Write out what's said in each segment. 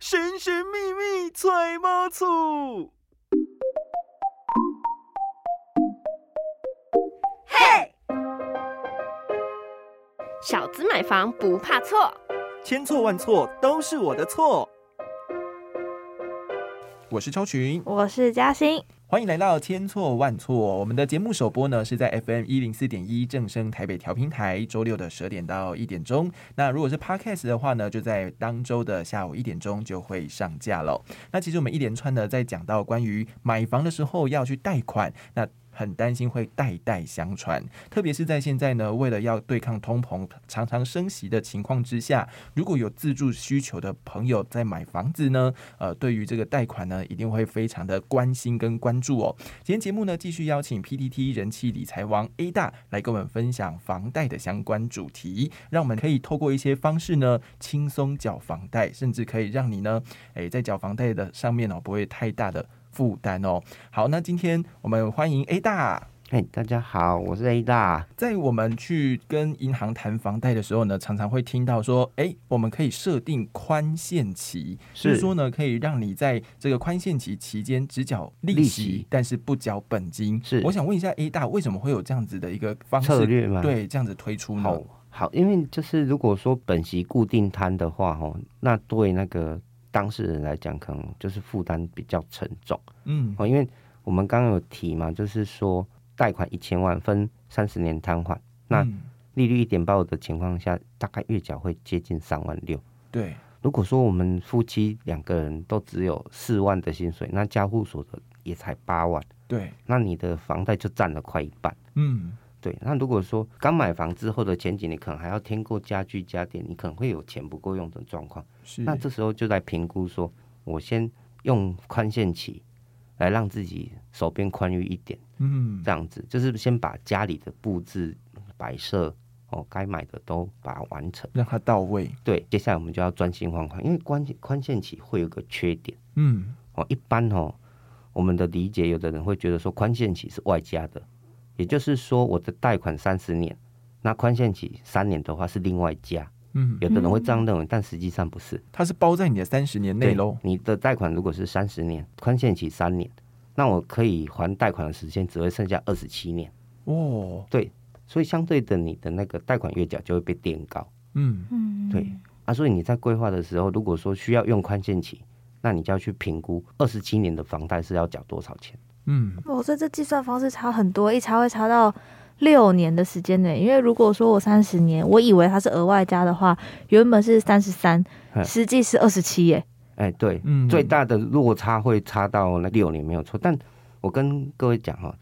神神秘秘揣猫醋。小资买房不怕错。千错万错都是我的错。我是超群，我是嘉欣，欢迎来到《千错万错》。我们的节目首播呢是在 FM 一零四点一正声台北调频台，周六的十点到一点钟。那如果是 Podcast 的话呢，就在当周的下午一点钟就会上架了。那其实我们一连串的在讲到关于买房的时候要去贷款，那。很担心会代代相传，特别是在现在呢，为了要对抗通膨常常升息的情况之下，如果有自住需求的朋友在买房子呢，呃，对于这个贷款呢，一定会非常的关心跟关注哦。今天节目呢，继续邀请 PTT 人气理财王 A 大来跟我们分享房贷的相关主题，让我们可以透过一些方式呢，轻松缴房贷，甚至可以让你呢，诶，在缴房贷的上面哦，不会太大的负担哦。好，那今天我们欢迎 A 大。嘿哎大家好，我是 A 大。在我们去跟银行谈房贷的时候呢，常常会听到说，诶，我们可以设定宽限期，是就是说呢，可以让你在这个宽限期期间只缴利息，利息但是不缴本金。是我想问一下 A 大，为什么会有这样子的一个方式策略吗对，这样子推出呢？好好，因为就是如果说本息固定摊的话，哦，那对那个当事人来讲，可能就是负担比较沉重嗯，哦。因为我们刚刚有提嘛，就是说贷款一千万分三十年摊还，那嗯利率一点八五的情况下，大概月缴会接近三万六。对，如果说我们夫妻两个人都只有四万的薪水，那加户所得也才八万，对，那你的房贷就占了快一半。嗯，对，那如果说刚买房之后的前几年，可能还要添购家具家电，你可能会有钱不够用的状况。是，那这时候就来评估说，我先用宽限期来让自己手边宽裕一点，嗯，这样子就是先把家里的布置摆设哦，该买的都把它完成。让它到位，对，接下来我们就要专心还款，因为宽宽限期会有个缺点嗯，哦，一般哦，我们的理解，有的人会觉得说宽限期是外加的，也就是说我的贷款三十年，那宽限期三年的话是另外加，嗯，有的人会这样认为，但实际上不是。它是包在你的三十年内对喽，你的贷款如果是三十年，宽限期三年，那我可以还贷款的时间只会剩下二十七年，哦，所以相对的你的那个贷款月缴就会被垫高。嗯，嗯，对，啊，所以你在规划的时候，如果说需要用宽限期，那你就要去评估二十七年的房贷是要缴多少钱。嗯，我哦这这计算方式差很多，一差会差到六年的时间呢。因为如果说我三十年，我以为它是额外加的话，原本是三十三，嗯哎实际是二十七耶。哎，对，嗯最大的落差会差到那六年没有错。但我跟各位讲哈、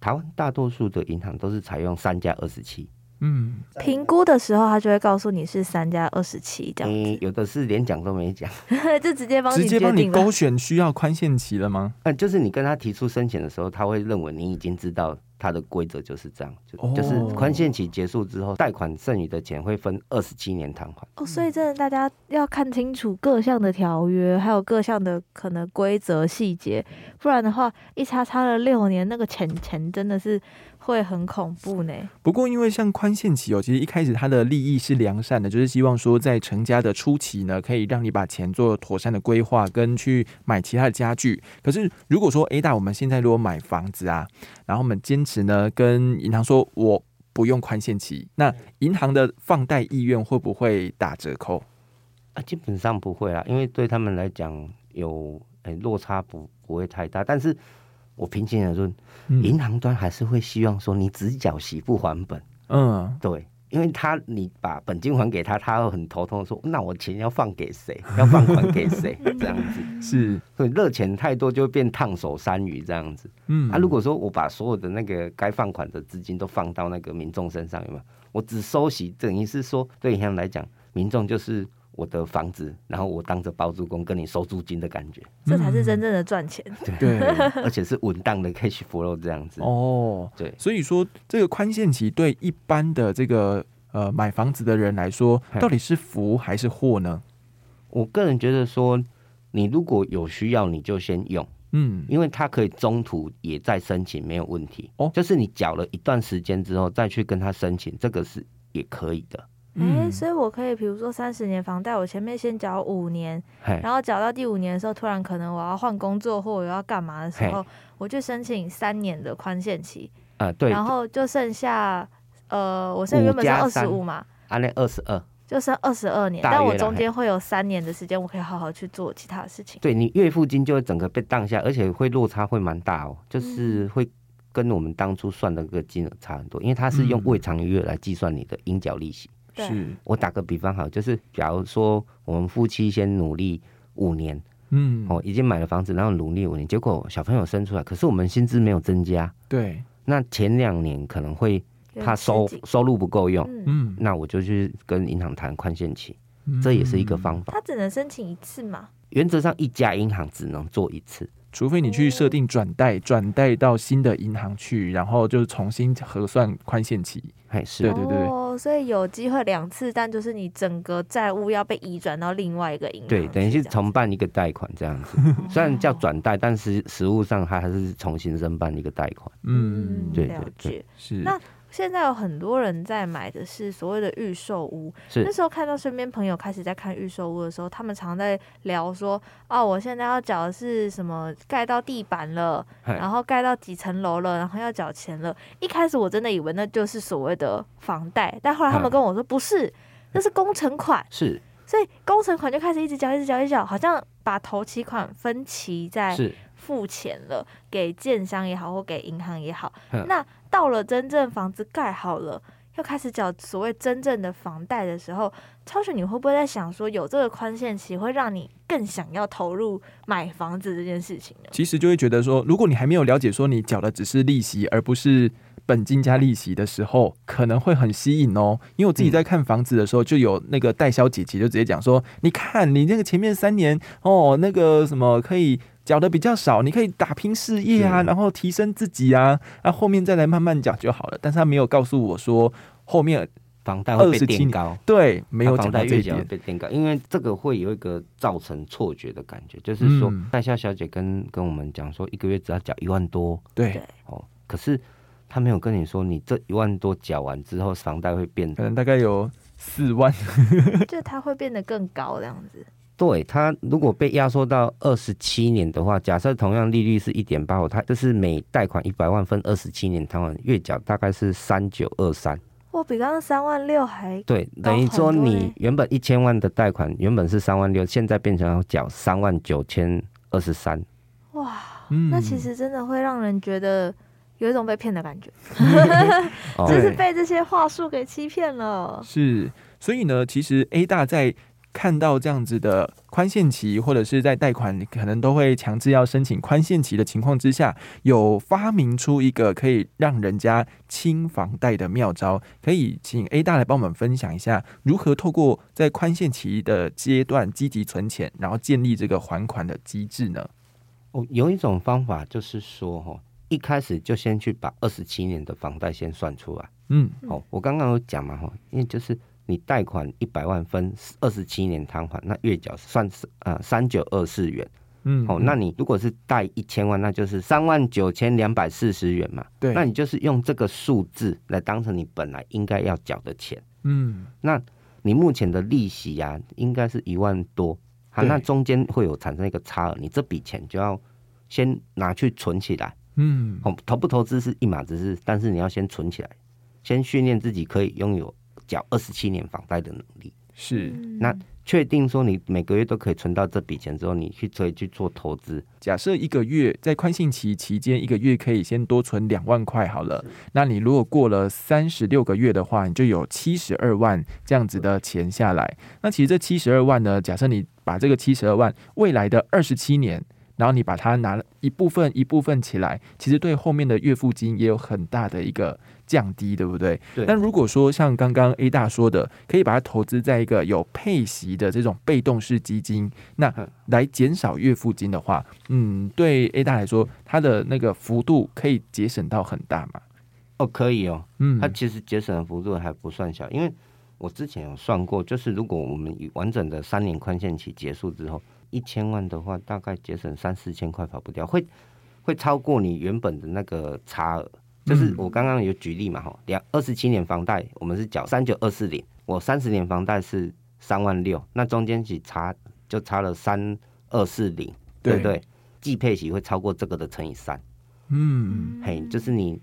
台湾大多数的银行都是采用三加二十七，嗯。评估的时候，它就会告诉你是三加二十七这样嗯，有的是连讲都没讲， 子，就直接帮嗯直你接决帮你定啊了勾。选需要宽限期了吗？呃，就是你跟他提出申请的时候，他会认为你已经知道他的规则就是这样，就、哦就是宽限期结束之后，贷款剩余的钱会分二十七年偿还。哦，所以真的大家要看清楚各项的条约，还有各项的可能规则细节，不然的话，一差差了六年，那个钱钱真的是会很恐怖呢。不过，因为像宽限期哦，其实一开始它的利益是良善的，就是希望说在成家的初期呢，可以让你把钱做妥善的规划，跟去买其他的家具。可是如果说 A 大，我们现在如果买房子啊，然后我们坚持呢跟银行说我不用宽限期，那银行的放贷意愿会不会打折扣？啊，基本上不会啦，因为对他们来讲有诶、落差不不会太大，但是我平心而论。嗯银行端还是会希望说你只缴息不还本，嗯，对，因为他你把本金还给他，他会很头痛地说，那我钱要放给谁？要放款给谁？这样子，是，所以热钱太多就会变烫手山芋这样子。嗯，啊，如果说我把所有的那个该放款的资金都放到那个民众身上，有没有？我只收息，等于是说对银行来讲，民众就是我的房子，然后我当着包租公跟你收租金的感觉，这才嗯是真正的赚钱。对而且是稳当的 cash flow 这样子。哦，对所以说，这个宽限期对一般的这个呃买房子的人来说，嘿到底是福还是祸呢？我个人觉得说，你如果有需要，你就先用，嗯，因为它可以中途也再申请，没有问题。哦就是你缴了一段时间之后再去跟他申请，这个是也可以的。哎、嗯所以我可以，比如说三十年房贷，我前面先缴五年，嘿，然后缴到第五年的时候，突然可能我要换工作或我要干嘛的时候，我就申请三年的宽限期，啊，对，然后就剩下呃，我现在五原本是加二三十五嘛，啊，那二十二，就剩二十二年，大但约我啦中嘿间会有三年的时间，我可以好好去做其他的事情。对你月付金就会整个被当下，而且会落差会蛮大哦，嗯就是会跟我们当初算的那个金额差很多，因为它是用嗯未偿月来计算你的应缴利息。对是，我打个比方好，就是假如说我们夫妻先努力五年，嗯，哦，已经买了房子，然后努力五年，结果小朋友生出来，可是我们薪资没有增加，对，那前两年可能会有怕点吃收哦紧收入不够用，嗯，嗯，那我就去跟银行谈宽限期，这也是一个嗯，方法。他只能申请一次嘛，原则上一家银行只能做一次，除非你去设定转贷，转贷到新的银行去，然后就重新核算宽限期。还是对对对哦，所以有机会两次，但就是你整个债务要被移转到另外一个嗯银行去这对，样子，等于是重办一个贷款这 样子。虽然叫转贷，但实实物上它还是重新申办一个贷款。嗯，对了对解。是，那现在有很多人在买的是所谓的预售屋，是那时候看到身边朋友开始在看预售屋的时候，他们常在聊说，哦，我现在要缴的是什么，盖到地板了，嗨然后盖到几层楼了，然后要缴钱了。一开始我真的以为那就是所谓的房贷，但后来他们嗯跟我说不是，那是工程款，是所以工程款就开始一直缴，一直缴，一直缴，好像把头期款分期在是，付钱了，给建商也好，或给银行也好。嗯那到了真正房子盖好了，要开始缴所谓真正的房贷的时候，超雪，你会不会在想说，有这个宽限期，会让你更想要投入买房子这件事情 呢？其实就会觉得说，如果你还没有了解说你缴的只是利息，而不是本金加利息的时候，可能会很吸引哦。因为我自己在看房子的时候，就有那个代销姐姐就直接讲说，你看你那个前面三年哦，那个什么可以。缴的比较少，你可以打拼事业啊，是然后提升自己啊，那、后面再来慢慢缴就好了。但是他没有告诉我说后面房贷会被27垫高。对没有它讲房到贷这越一讲点会，被垫高，因为这个会有一个造成错觉的感觉，就是说嗯代销小姐跟跟我们讲说，一个月只要缴一万多对对，哦，可是她没有跟你说，你这一万多缴完之后，房贷会变可能大概有四万，就它会变得更高这样子。对它如果被压缩到二十七年的话，假设同样利率是一点八五，它就是每贷款一百万分二十七年摊完，月缴大概是三九二三。哇，比刚刚三万六还对，高等于很说多你嘞原本一千万的贷款原本是三万六，现在变成要缴三万九千二十三。哇，嗯，那其实真的会让人觉得有一种被骗的感觉，哦就是对被这些话术给欺骗了。是，所以呢，其实 A 大在看到这样子的宽限期，或者是在贷款可能都会强制要申请宽限期的情况之下，有发明出一个可以让人家清房贷的妙招，可以请 A 大来帮我们分享一下，如何透过在宽限期的阶段积极存钱，然后建立这个还款的机制呢？哦，有一种方法就是说，哦，一开始就先去把二十七年的房贷先算出来。嗯，哦，我刚刚有讲嘛，哈，因为就是你贷款一百万分二十七年摊还，那月缴算是呃三九二四元。嗯，哦，那你如果是贷一千万，那就是三万九千两百四十元嘛。对，那你就是用这个数字来当成你本来应该要缴的钱。嗯，你目前的利息呀、应该是一万多，好，对那中间会有产生一个差额，你这笔钱就要先拿去存起来。嗯，哦，投不投资是一码子事，但是你要先存起来，先训练自己可以拥有缴二十七年房贷的能力。是。嗯那确定说你每个月都可以存到这笔钱之后，你去可以去做投资。假设一个月在宽限期期间，一个月可以先多存两万块好了。那你如果过了三十六个月的话，你就有七十二万这样子的钱下来。那其实这七十二万呢，假设你把这个七十二万未来的二十七年，然后你把它拿了一部分一部分起来，其实对后面的月付金也有很大的一个降低，对不对？对那如果说像刚刚 A 大说的，可以把它投资在一个有配息的这种被动式基金，那嗯来减少月付金的话，嗯，对 A 大来说，它的那个幅度可以节省到很大嘛。哦，可以哦，嗯它，其实节省的幅度还不算小，因为我之前有算过，就是如果我们以完整的三年宽限期结束之后，一千万的话，大概节省三四千块跑不掉，会会超过你原本的那个差额。就是嗯我刚刚有举例嘛，哈，两二十七年房贷我们是缴三九二四零，我三十年房贷是三万六，那中间起差就差了三二四零，对不对？季配息会超过这个的乘以三，嗯，嘿，就是你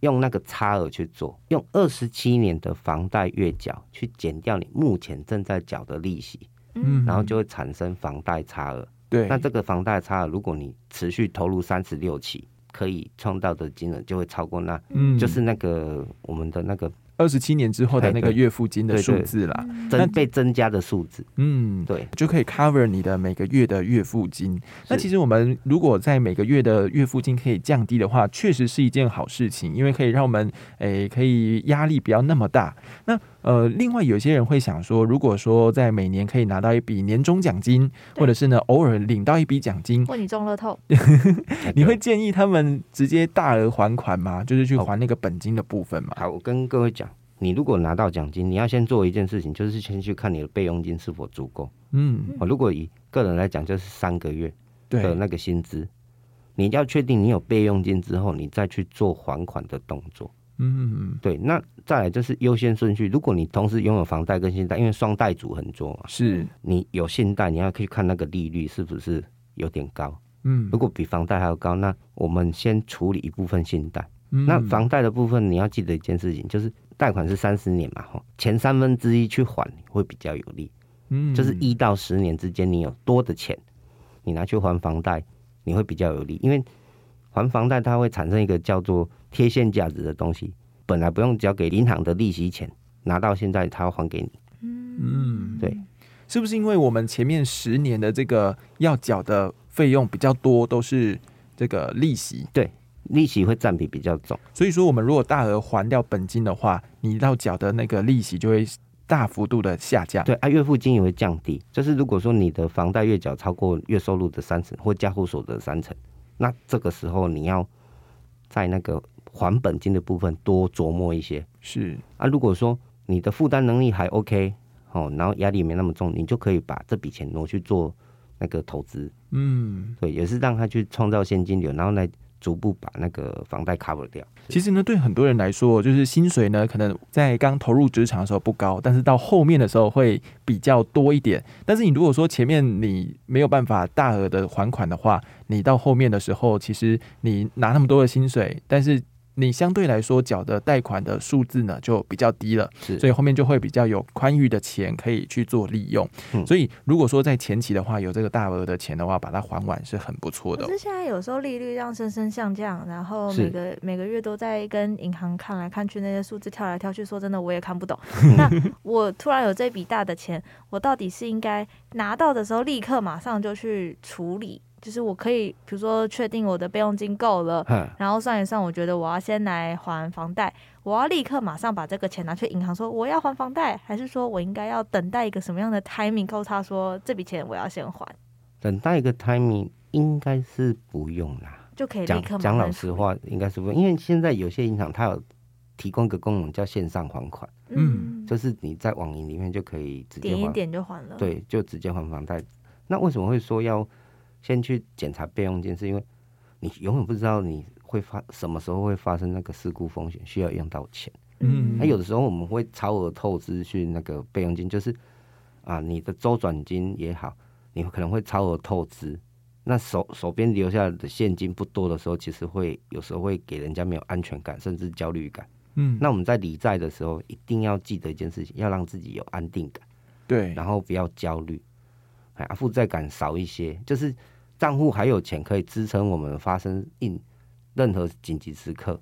用那个差额去做，用二十七年的房贷月缴去减掉你目前正在缴的利息，嗯然后就会产生房贷差额。对，那这个房贷差额，如果你持续投入三十六期，可以创造的金额就会超过那，嗯就是那个我们的那个二十七年之后的哎那个对月付金的对数对字啦，那增被增加的数字。嗯， 对，就可以 cover 你的每个月的月付金。那是其实我们如果在每个月的月付金可以降低的话，确实是一件好事情，因为可以让我们诶、可以压力不要那么大。那呃，另外有些人会想说，如果说在每年可以拿到一笔年终奖金，对或者是呢偶尔领到一笔奖金，问你中乐透，那你个会建议他们直接大额还款吗？就是去哦还那个本金的部分嘛？好，我跟各位讲，你如果拿到奖金，你要先做一件事情，就是先去看你的备用金是否足够。嗯，哦，如果以个人来讲，就是三个月的对，那个薪资，你要确定你有备用金之后，你再去做还款的动作。嗯，对，那再来就是优先顺序。如果你同时拥有房贷跟信贷，因为双贷族很多嘛，是，你有信贷，你要去看那个利率是不是有点高。嗯如，果比房贷还要高，那我们先处理一部分信贷。那嗯房贷的部分，你要记得一件事情，就是贷款是三十年嘛，吼，前三分之一去还会比较有利，嗯就是一到十年之间，你有多的钱，你拿去还房贷，你会比较有利，因为还房贷它会产生一个叫做贴现价值的东西，本来不用交给银行的利息钱，拿到现在它要还给你，嗯对，是不是因为我们前面十年的这个要缴的费用比较多，都是这个利息，利息会占比比较重，所以说我们如果大额还掉本金的话，你要缴的那个利息就会大幅度的下降。对，啊，月付金也会降低，就是如果说你的房贷月缴超过月收入的三成或加户所得的三成，那这个时候你要在那个还本金的部分多琢磨一些是，啊。如果说你的负担能力还 OK，哦，然后压力没那么重，你就可以把这笔钱挪去做那个投资，嗯，对，也是让他去创造现金流，然后来逐步把那个房贷 cover 掉。其实呢，对很多人来说，就是薪水呢，可能在刚投入职场的时候不高，但是到后面的时候会比较多一点。但是你如果说前面你没有办法大额的还款的话，你到后面的时候，其实你拿那么多的薪水，但是你相对来说缴的贷款的数字呢就比较低了，是所以后面就会比较有宽裕的钱可以去做利用。嗯所以如果说在前期的话，有这个大额的钱的话，把它还完是很不错的可哦。是现在有时候利率这样升升降降，然后是每个每个月都在跟银行看来看去，那些数字跳来跳去，说真的我也看不懂。那我突然有这笔大的钱，我到底是应该拿到的时候立刻马上就去处理？就是我可以，比如说确定我的备用金够了，哼，然后算一算，我觉得我要先来还房贷，我要立刻马上把这个钱拿去银行说我要还房贷，还是说我应该要等待一个什么样的 timing 够他说这笔钱我要先还，等待一个 timing 应该是不用啦。就可以立讲刻马上讲老去实话，应该是不，因为现在有些银行它有提供一个功能叫线上还款，嗯嗯，就是你在网银里面就可以直接点一还，点就还了。，对，就直接还房贷。那为什么会说要先去检查备用金？是因为你永远不知道你会发什么时候会发生那个事故风险，需要用到钱。嗯那、哎有的时候我们会超额透支去那个备用金，就是啊，你的周转金也好，你可能会超额透支。那手手边留下的现金不多的时候，其实会有时候会给人家没有安全感，甚至焦虑感。嗯，那我们在理债的时候，一定要记得一件事情，要让自己有安定感，对，然后不要焦虑，哎，啊负债感少一些，就是账户还有钱可以支撑我们发生应任何紧急时刻。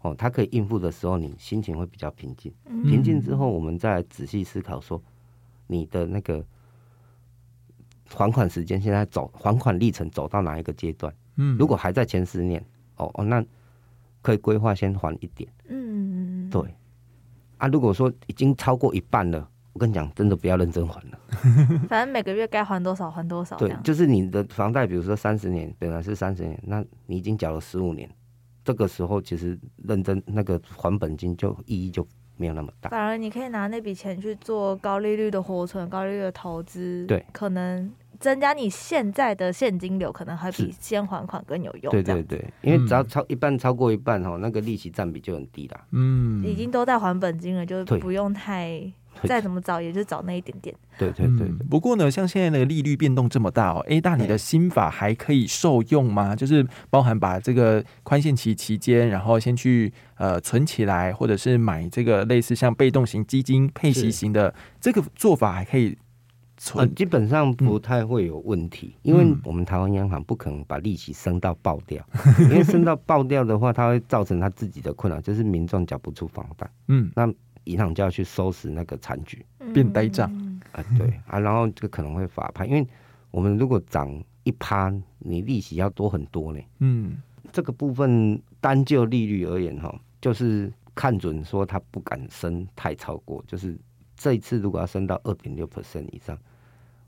哦，它可以应付的时候，你心情会比较平静。平嗯静之后，我们再仔细思考说，你的那个还款时间现在走还款历程走到哪一个阶段？嗯，如果还在前十年，哦哦，那可以规划先还一点。嗯，对啊，如果说已经超过一半了，我跟你讲，真的不要认真还了。反正每个月该还多少还多少这对样，。就是你的房贷，比如说三十年，本来是三十年，那你已经缴了十五年，这个时候其实认真那个还本金就意义就没有那么大。反而你可以拿那笔钱去做高利率的活存、高利率的投资，对，可能增加你现在的现金流，可能还比是先还款更有用。对这样对对，因为只要嗯超一半超过一半哦，那个利息占比就很低啦。嗯，已经都在还本金了，就对不用太再怎么找也就找那一点点。对对对嗯，不过呢，像现在的利率变动这么大哦，A 大你的新法还可以受用吗？就是包含把这个宽限期期间，然后先去呃存起来，或者是买这个类似像被动型基金、配息是型的这个做法还可以呃，存。基本上不太会有问题，因为我们台湾央行不可能把利息升到爆掉， 因为升到爆掉的话，它会造成它自己的困扰，就是民众缴不出房贷，嗯银行就要去收拾那个残局变呆账嗯啊、 对啊，然后这个可能会法拍，因为我们如果涨一趴，你利息要多很多呢。嗯这个部分单就利率而言，哈，就是看准说它不敢升太超过，就是这一次如果要升到二点六 percent 以上，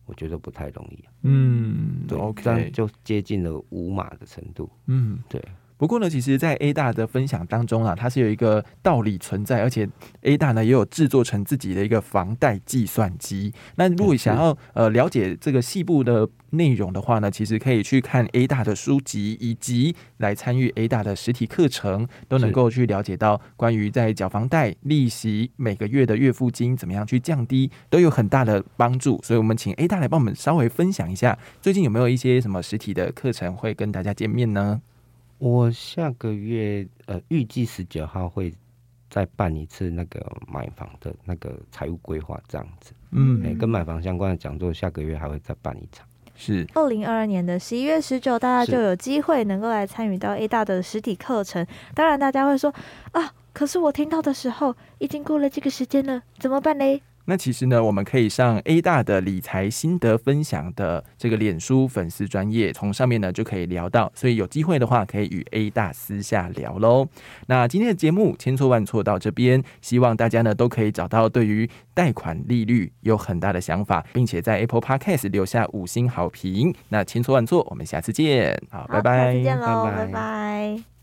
我觉得不太容易。嗯对这，OK，样就接近了五码的程度。嗯，对。不过呢，其实，在 A 大的分享当中啊，它是有一个道理存在，而且 A 大呢也有制作成自己的一个房贷计算机。那如果想要呃了解这个细部的内容的话呢，其实可以去看 A 大的书籍，以及来参与 A 大的实体课程，都能够去了解到关于在缴房贷、利息、每个月的月付金怎么样去降低，都有很大的帮助。所以，我们请 A 大来帮我们稍微分享一下，最近有没有一些什么实体的课程会跟大家见面呢？我下个月呃，预计十九号会再办一次那个买房的那个财务规划这样子，嗯哎、跟买房相关的讲座，下个月还会再办一场。是，二零二二年的十一月十九，大家是就有机会能够来参与到 A 大的实体课程。当然，大家会说啊，可是我听到的时候已经过了这个时间了，怎么办嘞？那其实呢，我们可以上 A 大的理财心得分享的这个脸书粉丝专业，从上面呢就可以聊到，所以有机会的话可以与 A 大私下聊喽。那今天的节目千错万错到这边，希望大家呢都可以找到对于贷款利率有很大的想法，并且在 Apple Podcast 留下五星好评。那千错万错，我们下次见，好，好拜拜，啊下次见喽，拜拜拜拜